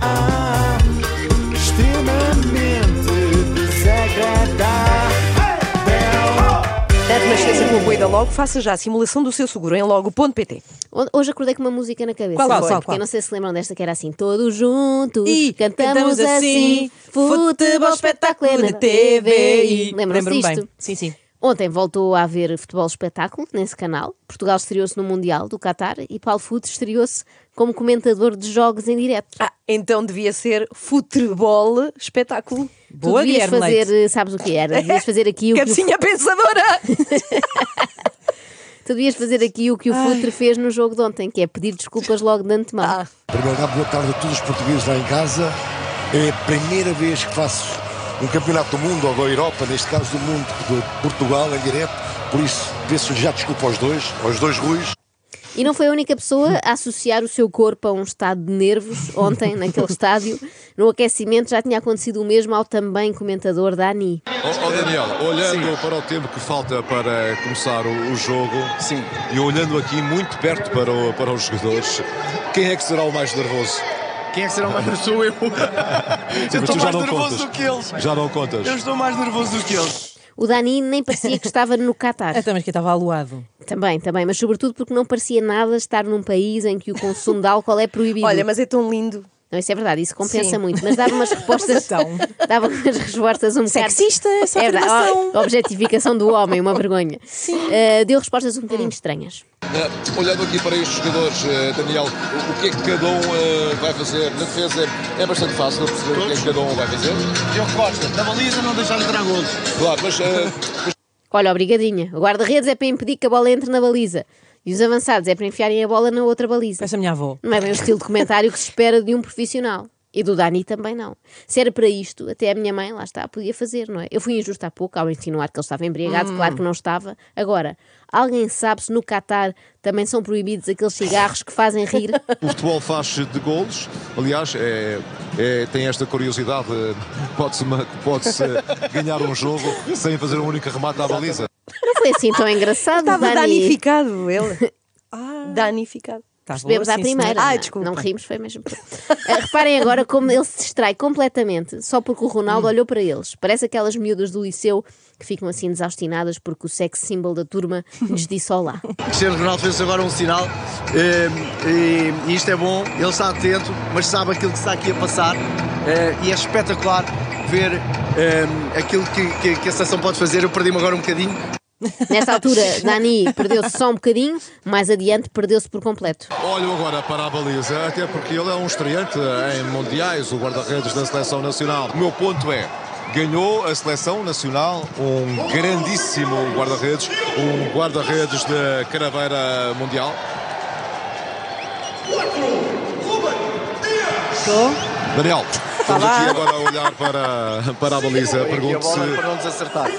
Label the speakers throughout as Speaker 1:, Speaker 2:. Speaker 1: Ah, extremamente desagradável.
Speaker 2: A Renascença com o apoio da Logo, faça já a simulação do seu seguro em logo.pt.
Speaker 3: Onde- Hoje acordei com uma música na cabeça.
Speaker 2: Qual, qual, qual,
Speaker 3: porque
Speaker 2: qual?
Speaker 3: eu não sei se lembram desta que era assim. Todos juntos
Speaker 2: E
Speaker 3: cantamos, assim. Futebol espetáculo é na TV. Lembram-se
Speaker 2: Lembro-me
Speaker 3: disto?
Speaker 2: bem. Sim, sim.
Speaker 3: Ontem voltou a haver futebol espetáculo nesse canal. Portugal estreou-se no Mundial do Qatar e Paulo Futre estreou-se como comentador de jogos em direto.
Speaker 2: Ah, então devia ser futebol espetáculo. Boa,
Speaker 3: tu devias
Speaker 2: Guilherme
Speaker 3: fazer,
Speaker 2: Leite.
Speaker 3: eh, sabes o que era? Devias fazer aqui o que o
Speaker 2: Cabecinha pensadora!
Speaker 3: Tu devias fazer aqui o que o Futre fez no jogo de ontem, que é pedir desculpas logo de antemão.
Speaker 2: Ah.
Speaker 4: primeiro lugar, boa tarde a todos os portugueses lá em casa. É a primeira vez que faço um campeonato do mundo, ou da Europa, neste caso do mundo, de Portugal, em direto. Por isso, peço já desculpa aos dois, aos dois Ruiz.
Speaker 3: E não foi a única pessoa a associar o seu corpo a um estado de nervos ontem, naquele estádio. No aquecimento já tinha acontecido o mesmo ao também comentador da ANI.
Speaker 5: Ó ó, Daniel, olhando para o tempo que falta para começar o, o jogo
Speaker 4: Sim.
Speaker 5: e olhando aqui muito perto para, o- para os jogadores, quem é que será o mais nervoso?
Speaker 6: Quem é que será o mais Sou eu. eu
Speaker 5: Mas
Speaker 6: estou
Speaker 5: tu já
Speaker 6: mais
Speaker 5: não
Speaker 6: nervoso
Speaker 5: contas.
Speaker 6: do que eles.
Speaker 5: Já não contas.
Speaker 6: Eu estou mais nervoso do que eles.
Speaker 3: O Dani nem parecia que estava no Qatar.
Speaker 7: Então, mas que eu estava aluado.
Speaker 3: Também, também, mas sobretudo porque não parecia nada estar num país em que o consumo de álcool é proibido.
Speaker 2: Olha, mas é tão lindo.
Speaker 3: Não, isso é verdade, isso compensa
Speaker 2: Sim.
Speaker 3: muito. Mas dava umas respostas.
Speaker 7: então.
Speaker 3: dava umas respostas um bocado.
Speaker 7: Sexista, essa
Speaker 3: é verdade,
Speaker 7: afirmação.
Speaker 3: a objetificação do homem, uma vergonha. Eh, deu respostas um bocadinho estranhas.
Speaker 5: Eh, Olhando aqui para estes jogadores, eh, Daniel, o o que é que cada um eh, vai fazer? Na defesa é- é bastante fácil perceber o que é que cada um vai fazer.
Speaker 6: Diogo Costa, da baliza não deixar entrar golos.
Speaker 5: Claro, mas eh,
Speaker 3: Olha, obrigadinha. O guarda-redes é para impedir que a bola entre na baliza. E os avançados é para enfiarem a bola na outra baliza.
Speaker 7: Parece a minha avó.
Speaker 3: Não é bem o estilo de comentário que se espera de um profissional. E do Dani também não. Se era para isto, até a minha mãe, lá está, podia fazer, não é? Eu fui injusta há pouco ao insinuar que ele estava embriagado, claro que não estava. Agora, alguém sabe se no Qatar também são proibidos aqueles cigarros que fazem rir?
Speaker 5: O futebol faz de golos, aliás, é- é- tem esta curiosidade, eh, pode-se ma- pode-se ganhar um jogo sem fazer um único remate à baliza.
Speaker 3: Não foi assim tão engraçado,
Speaker 2: Estava
Speaker 3: Dani.
Speaker 2: danificado ele. Ah. Danificado.
Speaker 7: Tá
Speaker 3: Percebemos
Speaker 7: boa,
Speaker 3: à
Speaker 7: sim,
Speaker 3: primeira.
Speaker 7: senhora.
Speaker 2: Ai,
Speaker 3: não-
Speaker 2: desculpa.
Speaker 3: Não rimos, foi mesmo. Ah, reparem agora como ele se distrai completamente só porque o Ronaldo olhou para eles. Parece aquelas miúdas do liceu que ficam assim desaustinadas porque o sex symbol da turma lhes disse olá.
Speaker 6: Cristiano Ronaldo fez agora um sinal eh, e, e isto é bom. Ele está atento, mas sabe aquilo que está aqui a passar eh, e é espetacular ver eh, aquilo que, que- que a seleção pode fazer. Eu perdi-me agora um bocadinho.
Speaker 3: Nessa altura, Dani perdeu-se só um bocadinho, mais adiante perdeu-se por completo.
Speaker 5: Olho agora para a baliza, até porque ele é um estreante em mundiais, o guarda-redes da seleção nacional. O meu ponto é. Ganhou a seleção nacional um grandíssimo guarda-redes, um guarda-redes da caraveira mundial. Daniel, estamos aqui agora a olhar para, para a baliza.
Speaker 6: E a
Speaker 5: Pergunto
Speaker 6: bola
Speaker 5: se
Speaker 6: para não nos acertar.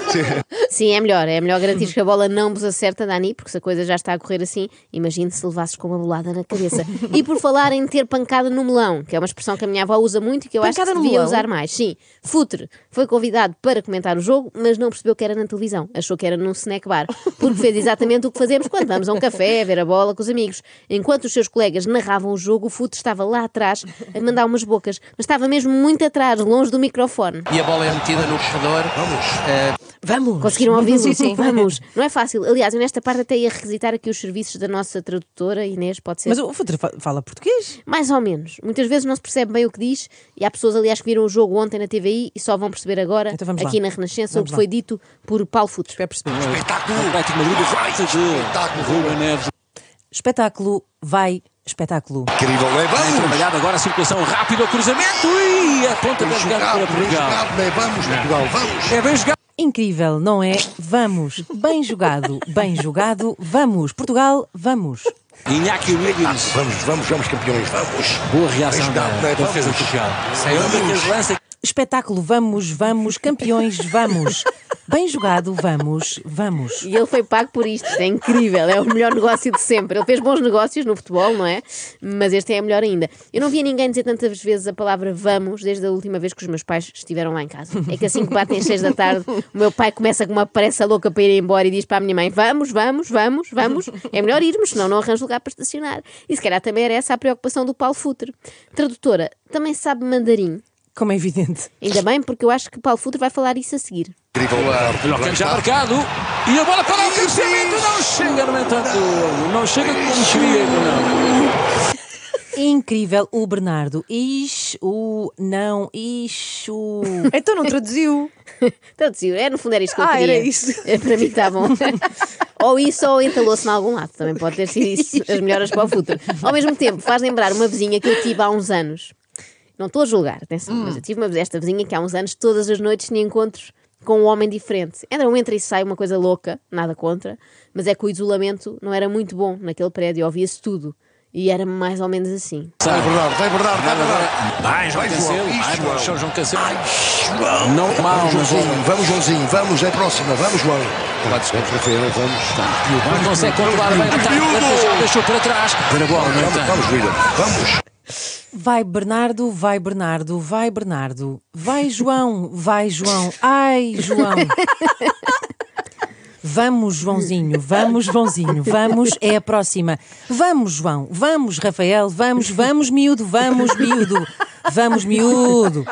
Speaker 3: Sim, é melhor. É melhor garantir que a bola não vos acerta, Dani, porque se a coisa já está a correr assim, imagine se levasses com uma bolada na cabeça. E por falar em ter pancada no melão, que é uma expressão que a minha avó usa muito e que eu acho
Speaker 7: Pancada
Speaker 3: que
Speaker 7: no
Speaker 3: se devia
Speaker 7: melão?
Speaker 3: usar mais. Sim, Futre foi convidado para comentar o jogo, mas não percebeu que era na televisão. Achou que era num snack bar, porque fez exatamente o que fazemos quando vamos a um café, a ver a bola com os amigos. Enquanto os seus colegas narravam o jogo, o Futre estava lá atrás a mandar umas bocas, mas estava mesmo muito atrás, longe do microfone.
Speaker 8: e a bola é metida no corredor.
Speaker 7: Vamos!
Speaker 3: Conseguiram
Speaker 7: Sim,
Speaker 3: ouvi-lo?
Speaker 7: sim.
Speaker 3: Vamos. Não é fácil. Aliás, eu nesta parte até ia requisitar aqui os serviços da nossa tradutora, Inês, pode ser.
Speaker 7: Mas o Futre fa- fala português?
Speaker 3: Mais ou menos. Muitas vezes não se percebe bem o que diz e há pessoas, aliás, que viram o jogo ontem na TVI e só vão perceber agora,
Speaker 7: Então vamos lá.
Speaker 3: aqui na Renascença, o
Speaker 7: Vamos
Speaker 3: que
Speaker 7: lá.
Speaker 3: foi dito por Paulo Futre.
Speaker 7: Para perceber. é?
Speaker 4: Espetáculo! Atlético Madrid vai fazer! Espetáculo! Rubem Neves!
Speaker 7: Espetáculo vai, espetáculo.
Speaker 4: Incrível,
Speaker 5: É,
Speaker 4: levamos! Trabalhado agora a circulação rápida, cruzamento e a ponta
Speaker 5: é,
Speaker 4: bem jogado para Portugal. Bem jogado, levamos Portugal, vamos!
Speaker 7: É bem jogado. Incrível, não é? Vamos. Bem jogado, bem jogado, vamos. Portugal, vamos.
Speaker 9: Iñaki Williams,
Speaker 4: Vamos, vamos, vamos campeões, vamos!
Speaker 9: boa reação
Speaker 4: Bem jogado,
Speaker 9: da,
Speaker 4: bem,
Speaker 9: da defesa
Speaker 4: vamos.
Speaker 9: de Portugal. Saiu
Speaker 7: é
Speaker 4: Vamos.
Speaker 9: daquele lance
Speaker 7: espetáculo. Vamos, vamos, campeões, vamos. Bem jogado, vamos, vamos.
Speaker 3: E ele foi pago por isto, isto é incrível, é o melhor negócio de sempre. Ele fez bons negócios no futebol, não é? Mas este é melhor ainda. Eu não via ninguém dizer tantas vezes a palavra vamos desde a última vez que os meus pais estiveram lá em casa. É que assim que batem às seis da tarde, o meu pai começa com uma pressa louca para ir embora e diz para a minha mãe: vamos, vamos, vamos, vamos, é melhor irmos, senão não arranjo lugar para estacionar. E se calhar também era essa a preocupação do Paulo Futre. Tradutora, também sabe mandarim.
Speaker 7: Como é evidente.
Speaker 3: Ainda bem, porque eu acho que Paulo Futre vai falar isso a seguir.
Speaker 4: Incrível.
Speaker 9: Locan já marcado. E a bola para o cabeceamento. Não chega, no entanto. Não chega como queria, não.
Speaker 7: É Incrível o Bernardo. Ixi, o não, ixi. o-
Speaker 2: Então não traduziu.
Speaker 3: Traduziu, é no fundo era isto que eu
Speaker 2: Ah,
Speaker 3: queria.
Speaker 2: era isso.
Speaker 3: É, Para mim está bom. ou isso ou entalou-se em algum lado. Também pode ter sido isso. As melhoras para o futuro. Ao mesmo tempo, faz lembrar uma vizinha que eu tive há uns anos. Não estou a julgar, atenção,
Speaker 2: Hum.
Speaker 3: mas eu tive uma, esta vizinha que há uns anos todas as noites tinha encontros com um homem diferente. Era um entra e sai, uma coisa louca, nada contra, mas é que o isolamento não era muito bom naquele prédio, ouvia-se tudo. E era mais ou menos assim.
Speaker 4: Vai, Bernardo, vai, Bernardo, vai, Bernardo.
Speaker 9: Vai, João
Speaker 4: Vai, João.
Speaker 9: Cancelo. Vai,
Speaker 4: Ih, João.
Speaker 9: João, João Cancelo. Não, mal,
Speaker 4: Vamos,
Speaker 9: mas
Speaker 4: Joãozinho, vamos, Joãozinho, vamos, é próxima, vamos, João. Vamos, Rafael, vamos.
Speaker 9: não consegue controlar bem. o ataque. Deixou- Deixou para trás.
Speaker 4: Para bola,
Speaker 9: Não é
Speaker 4: vamos,
Speaker 9: tem.
Speaker 4: vamos, William, vamos.
Speaker 7: Vai Bernardo, vai Bernardo, vai Bernardo. Vai João, vai João. Ai, João. Vamos, Joãozinho, vamos, Joãozinho, vamos, é a próxima. Vamos, João, vamos, Rafael, vamos, vamos, miúdo, vamos, miúdo, vamos, miúdo.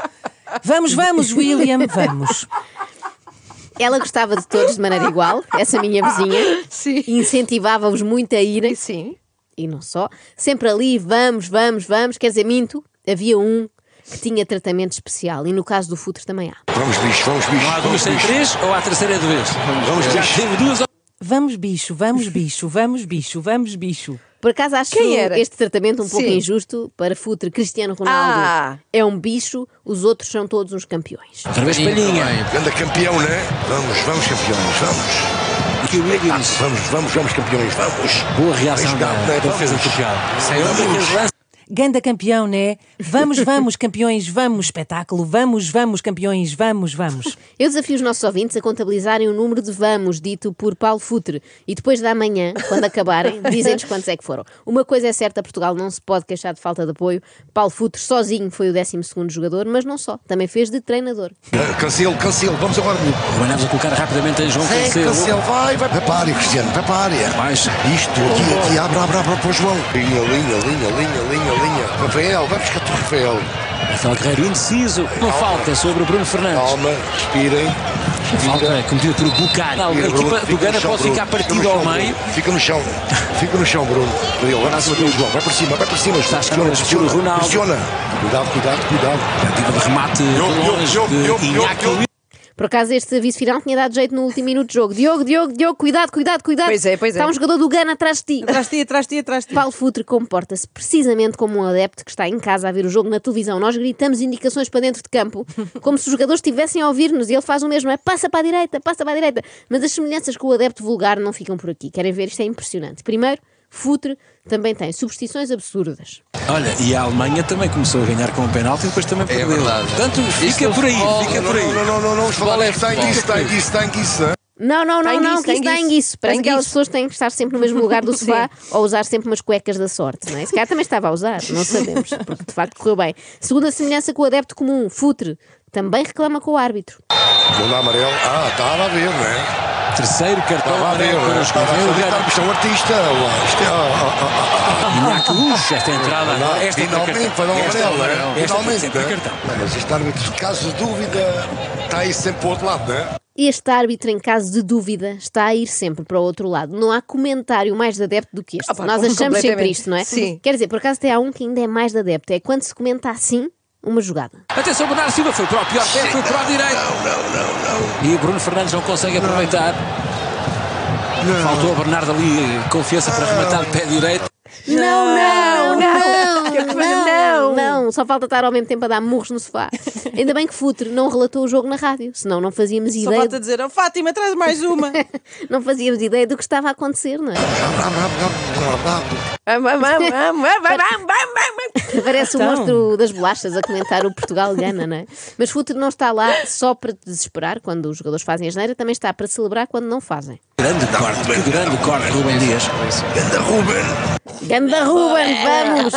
Speaker 7: Vamos, vamos, William, vamos.
Speaker 3: Ela gostava de todos de maneira igual, essa minha vizinha,
Speaker 2: Sim.
Speaker 3: incentivava-os muito a irem.
Speaker 2: Sim.
Speaker 3: e não só, sempre ali, vamos, vamos, vamos, quer dizer, minto, havia um que tinha tratamento especial e no caso do Futre também há.
Speaker 4: Vamos, bicho, vamos, bicho.
Speaker 9: Não há
Speaker 4: Vamos,
Speaker 9: duas sem
Speaker 4: bicho.
Speaker 9: três ou há a terceira de vez?
Speaker 4: Vamos,
Speaker 9: Já
Speaker 4: bicho.
Speaker 9: tive duas.
Speaker 7: Vamos, bicho, vamos, bicho, vamos, bicho, vamos, bicho.
Speaker 3: Por acaso acho
Speaker 2: Quem era?
Speaker 3: este tratamento um pouco
Speaker 2: Sim.
Speaker 3: injusto para Futre Cristiano Ronaldo.
Speaker 2: Ah.
Speaker 3: É um bicho, os outros são todos uns campeões.
Speaker 9: Outra vez palhinha.
Speaker 4: Anda campeão, né? Vamos, vamos, campeões, vamos.
Speaker 9: Que o Wiggins.
Speaker 4: Vamos, vamos, vamos, campeões, vamos.
Speaker 9: Boa reação
Speaker 4: Bem jogado,
Speaker 9: da
Speaker 4: né?
Speaker 9: da defesa do
Speaker 4: Vamos.
Speaker 9: Portugal. Sem dúvida.
Speaker 7: Ganda campeão, né? Vamos, vamos, campeões, vamos, espetáculo, vamos, vamos, campeões, vamos, vamos.
Speaker 3: Eu desafio os nossos ouvintes a contabilizarem o número de vamos dito por Paulo Futre e depois da manhã, quando acabarem, dizem-nos quantos é que foram. Uma coisa é certa, Portugal não se pode queixar de falta de apoio. Paulo Futre sozinho foi o 12º jogador, mas não só, também fez de treinador.
Speaker 4: Ah, Cancelo, cancelo, vamos agora, miúdo.
Speaker 9: Ruben Neves a colocar rapidamente em João
Speaker 4: É,
Speaker 9: Cancelo.
Speaker 4: Cancelo, vai, vai. Vai para a área, Cristiano, vai para a área.
Speaker 9: Mais.
Speaker 4: Isto, aqui, aqui, abre, abre, abre para o João. Linha, linha, linha, linha, linha, linha. Rafael, vai buscar o Rafael.
Speaker 9: Rafael Guerreiro é indeciso. Uma falta é sobre o Bruno Fernandes.
Speaker 4: Calma, respirem.
Speaker 9: Falta é cometida por Bucari. A
Speaker 4: Respira, Bruno.
Speaker 9: equipa
Speaker 4: Fica
Speaker 9: do
Speaker 4: no
Speaker 9: Gana
Speaker 4: chão,
Speaker 9: pode
Speaker 4: Bruno.
Speaker 9: ficar
Speaker 4: Fica no
Speaker 9: partida ao
Speaker 4: chão,
Speaker 9: meio.
Speaker 4: Bruno. Fica no chão, fica no chão, Bruno. Ele vai para cima do João, vai para cima, vai para cima. Está
Speaker 9: a chamar de Cristiano Ronaldo.
Speaker 4: Pressiona. Cuidado, cuidado, cuidado.
Speaker 9: Tentativa de remate de longe de Iñaki
Speaker 3: Por acaso, este aviso final tinha dado jeito no último minuto de jogo. Diogo, Diogo, Diogo, cuidado, cuidado, cuidado.
Speaker 2: Pois é, pois é.
Speaker 3: Está um jogador do Gana atrás de ti.
Speaker 2: Atrás de ti, atrás de ti, atrás de ti.
Speaker 3: Paulo Futre comporta-se precisamente como um adepto que está em casa a ver o jogo na televisão. Nós gritamos indicações para dentro de campo, como se os jogadores estivessem a ouvir-nos e ele faz o mesmo. É passa para a direita, passa para a direita. Mas as semelhanças com o adepto vulgar não ficam por aqui. Querem ver? Isto é impressionante. Primeiro, Futre também tem superstições absurdas.
Speaker 9: Olha, e a Alemanha também começou a ganhar com o penalti e depois também perdeu. Portanto, fica por aí, fica por aí.
Speaker 4: Não, não, não, não, não.
Speaker 9: Bola é
Speaker 4: Está em isso,
Speaker 9: futebol.
Speaker 4: está em isso, está em isso. hein?
Speaker 3: Não, não, não,
Speaker 2: Tem
Speaker 3: não,
Speaker 2: guiço,
Speaker 3: que
Speaker 2: tem
Speaker 3: isso dá
Speaker 2: guiço.
Speaker 3: enguiço. Parece
Speaker 2: Tem
Speaker 3: que aquelas
Speaker 2: guiço.
Speaker 3: pessoas têm que estar sempre no mesmo lugar do
Speaker 2: Sim.
Speaker 3: sofá ou usar sempre umas cuecas da sorte, não é? Se calhar também estava a usar, não sabemos, porque de facto correu bem. Segunda semelhança com o adepto comum, Futre, também reclama com o árbitro.
Speaker 4: Não dá amarelo. Ah, estava a ver, não é?
Speaker 9: Terceiro cartão
Speaker 4: Estava a ver,
Speaker 9: amarelo
Speaker 4: não
Speaker 5: né?
Speaker 9: para
Speaker 4: é?
Speaker 9: os
Speaker 4: Estava a acreditar que isto é um artista. ué. Isto é... ah, ah, ah, ah.
Speaker 9: Iñaki, ux, esta é entrada
Speaker 4: Não,
Speaker 9: agora, esta é para
Speaker 4: finalmente,
Speaker 9: cartão.
Speaker 4: vai dar um
Speaker 9: Esta é
Speaker 4: amarelo,
Speaker 5: né?
Speaker 9: para cartão.
Speaker 4: não é?
Speaker 9: Esta é
Speaker 4: Finalmente.
Speaker 9: sempre
Speaker 4: não é?
Speaker 9: cartão.
Speaker 4: Não, Mas este árbitro, caso de dúvida, está aí sempre para o outro lado, não é?
Speaker 3: Este árbitro, em caso de dúvida, está a ir sempre para o outro lado. Não há comentário mais de adepto do que este.
Speaker 2: Ah, pá,
Speaker 3: Nós achamos sempre
Speaker 2: completamente.
Speaker 3: isto, não é?
Speaker 2: Sim.
Speaker 3: Quer dizer, por acaso até há um que ainda é mais de adepto. É quando se comenta assim uma jogada.
Speaker 9: Atenção, Bernardo Silva foi para o pior pé, foi para o direito. E o Bruno Fernandes não consegue aproveitar. Faltou a Bernardo ali confiança para rematar de pé direito.
Speaker 3: Não, não, não,
Speaker 2: não,
Speaker 3: não, não, não, só falta estar ao mesmo tempo a dar murros no sofá. Ainda bem que Futre não relatou o jogo na rádio, senão não fazíamos
Speaker 7: Só
Speaker 3: ideia,
Speaker 7: falta dizer, oh, Fátima, traz mais uma.
Speaker 3: não fazíamos ideia do que estava a acontecer, não é?
Speaker 2: Am, am, am, am, am, am, am, am,
Speaker 3: Parece o
Speaker 7: Então.
Speaker 3: monstro das bolachas a comentar o Portugal-Gana, não é? Mas Futre não está lá só para te desesperar quando os jogadores fazem a geneira, também está para celebrar quando não fazem.
Speaker 9: Grande
Speaker 4: um
Speaker 9: corte, que grande corte, Rubem Dias.
Speaker 3: Ganda Ruben, vamos!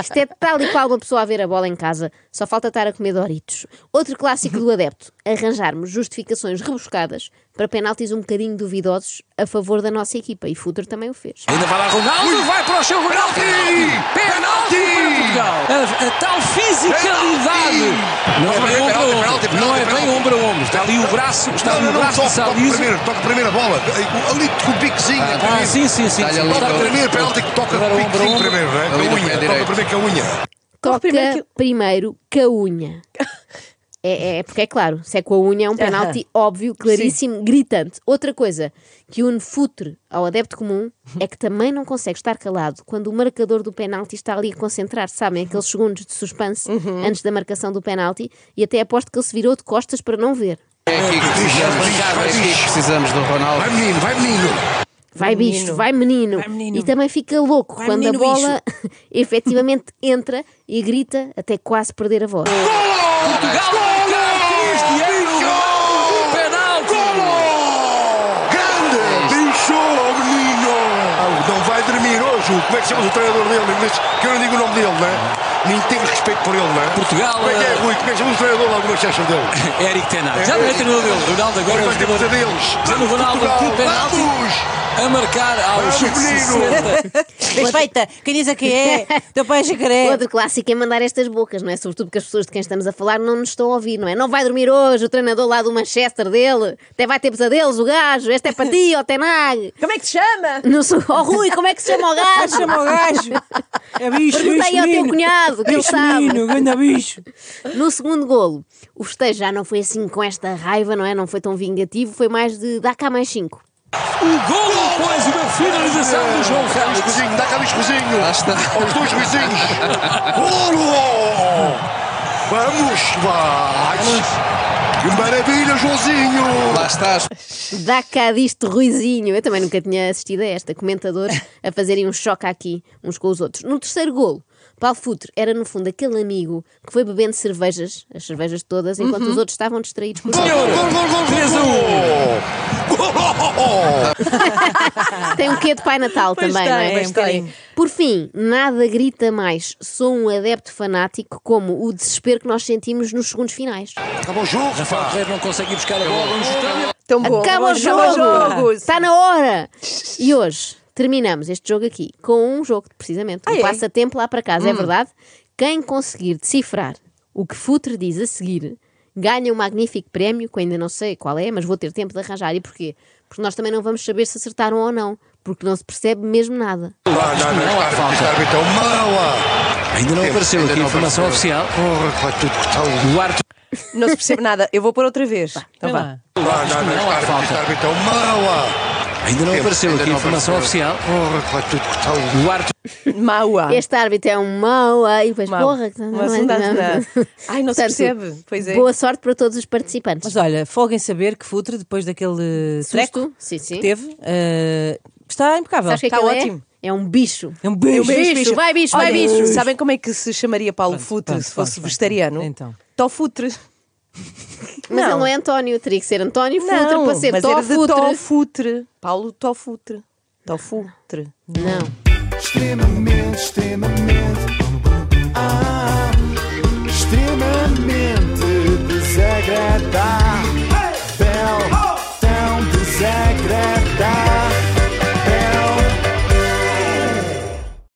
Speaker 3: Isto é tal e qual uma pessoa a ver a bola em casa, só falta estar a comer Doritos. Outro clássico do adepto: arranjarmos justificações rebuscadas para penaltis um bocadinho duvidosos a favor da nossa equipa, e Futre também o fez.
Speaker 9: Ainda vai lá Ronaldo, vai para o seu Ronaldo. Penalti! Penalti para Portugal. A, a tal fisicalidade. Não é bem ombro a ombro.
Speaker 4: Penalti, penalti, penalti,
Speaker 9: não é
Speaker 4: penalti.
Speaker 9: bem ombro a ombro. Está ali o braço, está
Speaker 4: Não,
Speaker 9: ali
Speaker 4: não,
Speaker 9: o
Speaker 4: não,
Speaker 9: braço de
Speaker 4: toque, toque
Speaker 9: Salizo.
Speaker 4: primeiro, toque primeiro a bola. Ali com o biquezinho. é
Speaker 9: Ah,
Speaker 4: primeiro.
Speaker 9: sim, sim, sim.
Speaker 4: Dá-lhe ali
Speaker 9: Toca
Speaker 4: o primeiro,
Speaker 9: primeiro.
Speaker 4: penalti que toca
Speaker 9: Agora
Speaker 4: com
Speaker 9: ombro
Speaker 4: o
Speaker 9: a
Speaker 4: biquezinho
Speaker 9: ombro.
Speaker 4: primeiro, não é?
Speaker 9: A unha, pé direito.
Speaker 4: Com a unha, toca primeiro com a unha.
Speaker 7: Então,
Speaker 3: Toca
Speaker 2: primeiro aquilo.
Speaker 3: primeiro com a unha. É, é, porque é claro, se é com a unha é um penalti óbvio, claríssimo, gritante. Outra coisa que une futre ao adepto comum é que também não consegue estar calado quando o marcador do penalti está ali a concentrar, sabem, aqueles segundos de suspense
Speaker 7: Uhum.
Speaker 3: antes da marcação do penalti e até aposto que ele se virou de costas para não ver.
Speaker 6: É aqui que precisamos, é aqui que precisamos do Ronaldo.
Speaker 4: Vai menino, vai menino.
Speaker 3: Vai
Speaker 7: menino.
Speaker 3: bicho, vai menino.
Speaker 7: Vai menino.
Speaker 3: E também fica louco
Speaker 7: Vai
Speaker 3: quando a
Speaker 7: menino
Speaker 3: bola efetivamente entra e grita até quase perder a voz.
Speaker 9: Portugal marca Cristiano Ronaldo. Penalti.
Speaker 4: Grande! Bicho, menino! Ah, Não vai dormir hoje. o- Como é que chama o treinador dele? Mas que eu não digo o nome dele, não é? Nem temos respeito por ele, não é?
Speaker 9: Portugal,
Speaker 4: Como é que é,
Speaker 9: eh,
Speaker 4: Rui? Como é que chama o treinador lá? Como é que achas dele?
Speaker 9: Eric Tenag. Já não é
Speaker 4: Eric.
Speaker 9: treinador dele. Ronaldo agora é um
Speaker 4: Agora temos a
Speaker 9: jogador.
Speaker 4: deles.
Speaker 9: Cristiano Ronaldo,
Speaker 4: Portugal,
Speaker 9: que penalti.
Speaker 4: Vamos!
Speaker 9: A marcar aos
Speaker 4: Vamos, menino.
Speaker 9: 60.
Speaker 7: Respeita, quem diz a que é? Teu pai é jacaré.
Speaker 3: Outro clássico é mandar estas bocas, não é? Sobretudo porque as pessoas de quem estamos a falar não nos estão a ouvir, não é? Não vai dormir hoje o treinador lá do Manchester dele, até vai ter pesadelos o gajo, este é para ti, ó Tenag.
Speaker 2: Como é que te chama?
Speaker 3: Não sou... Oh Rui, como é que se chama o gajo?
Speaker 7: Chama o gajo. É bicho,
Speaker 3: Pergunta
Speaker 7: bicho,
Speaker 3: aí ao teu
Speaker 7: menino.
Speaker 3: cunhado, que ele
Speaker 7: Bicho,
Speaker 3: sabe.
Speaker 7: menino, grande bicho.
Speaker 3: No segundo golo, o festejo já não foi assim com esta raiva, não é? Não foi tão vingativo, foi mais de dá cá mais cinco.
Speaker 9: O gol depois de uma finalização do João
Speaker 4: Dá
Speaker 9: Félix.
Speaker 4: cozinho, dá cá lhes cozinho.
Speaker 6: Lá está.
Speaker 4: Aos dois vizinhos. Ouro! Vamos, vai! Que maravilha, Joãozinho!
Speaker 6: Lá estás.
Speaker 3: Dá cá disto, Ruizinho. Eu também nunca tinha assistido a esta. Comentadores a fazerem um choque aqui, uns com os outros. No terceiro golo, Paulo Futre era, no fundo, aquele amigo que foi bebendo cervejas, as cervejas todas, enquanto
Speaker 2: Uhum.
Speaker 3: os outros estavam distraídos com o jogo.
Speaker 9: Senhor, 3 a 1.
Speaker 3: Tem um quê de Pai Natal
Speaker 2: Pois
Speaker 3: também,
Speaker 2: tem,
Speaker 3: não é?
Speaker 2: pois
Speaker 3: Um bocadinho.
Speaker 2: tem.
Speaker 3: Por fim, nada grita mais. Sou um adepto fanático como o desespero que nós sentimos nos segundos finais.
Speaker 4: Acabou o jogo,
Speaker 9: Rafael
Speaker 4: pá!
Speaker 9: Guerreiro não consegue ir buscar a bola. Vamos chutar.
Speaker 2: Tão bom.
Speaker 3: Acaba o
Speaker 2: acaba
Speaker 3: jogo!
Speaker 2: jogo.
Speaker 3: Está Tá na hora! E hoje terminamos este jogo aqui com um jogo, precisamente. Um
Speaker 2: Ai, Hum. ai.
Speaker 3: passatempo lá para casa, é verdade? Quem conseguir decifrar o que Futre diz a seguir ganha um magnífico prémio, que eu ainda não sei qual é, mas vou ter tempo de arranjar. E porquê? Porque nós também não vamos saber se acertaram ou não, porque não se percebe mesmo nada.
Speaker 4: Não, não, não,
Speaker 9: há falta.
Speaker 4: este árbitro é um mala!
Speaker 9: Ainda não apareceu
Speaker 4: Ainda
Speaker 9: aqui a
Speaker 4: não
Speaker 9: informação
Speaker 4: apareceu.
Speaker 9: oficial.
Speaker 4: Porra, que vai tudo cortar o
Speaker 9: O árbitro
Speaker 2: Não se percebe nada. Eu vou pôr outra vez. Então vá.
Speaker 4: Não, não, não,
Speaker 9: Não há
Speaker 4: este árbitro-
Speaker 9: falta.
Speaker 4: este árbitro é um mala!
Speaker 9: ainda não apareceu
Speaker 4: Ainda
Speaker 9: aqui a
Speaker 4: não
Speaker 9: informação
Speaker 4: apareceu.
Speaker 9: oficial.
Speaker 4: Porra, que vai tudo cortar o
Speaker 9: O árbitro
Speaker 2: Maua.
Speaker 3: Este árbitro é um mau, aí depois,
Speaker 2: Mau.
Speaker 3: porra, que é
Speaker 2: Mas não dá nada. Ai, não se
Speaker 3: Portanto,
Speaker 2: percebe. Pois é.
Speaker 3: Boa sorte para todos os participantes.
Speaker 7: Mas olha, folguem saber que Futre, depois daquele
Speaker 3: Susto,
Speaker 7: treco
Speaker 3: sim, sim.
Speaker 7: que teve, eh, está impecável.
Speaker 3: Sabes o que é
Speaker 7: está
Speaker 2: Tá
Speaker 3: que ele
Speaker 7: ótimo.
Speaker 3: é? É um bicho.
Speaker 7: É um beijo.
Speaker 3: bicho, vai bicho, vai
Speaker 2: Olha,
Speaker 3: bicho.
Speaker 2: Sabem como é que se chamaria Paulo
Speaker 7: Pronto,
Speaker 2: Futre
Speaker 7: pronto,
Speaker 2: se fosse
Speaker 7: pronto,
Speaker 2: vegetariano?
Speaker 7: pronto. Então.
Speaker 2: Tó Futre.
Speaker 3: Mas ele não é António, teria que ser António Futre para ser
Speaker 2: mas era de Tó
Speaker 3: Tofutre.
Speaker 2: Futre. Paulo Tó Futre. Tó Futre.
Speaker 3: Não.
Speaker 1: extremamente, extremamente, ah, extremamente desagradável.